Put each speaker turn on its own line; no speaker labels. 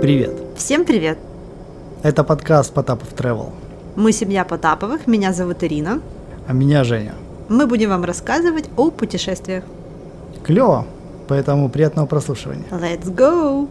Привет.
Всем привет!
Это подкаст Потапов Travel.
Мы семья Потаповых, меня зовут Ирина.
А меня Женя.
Мы будем вам рассказывать о путешествиях.
Клево, поэтому приятного прослушивания.
Let's go!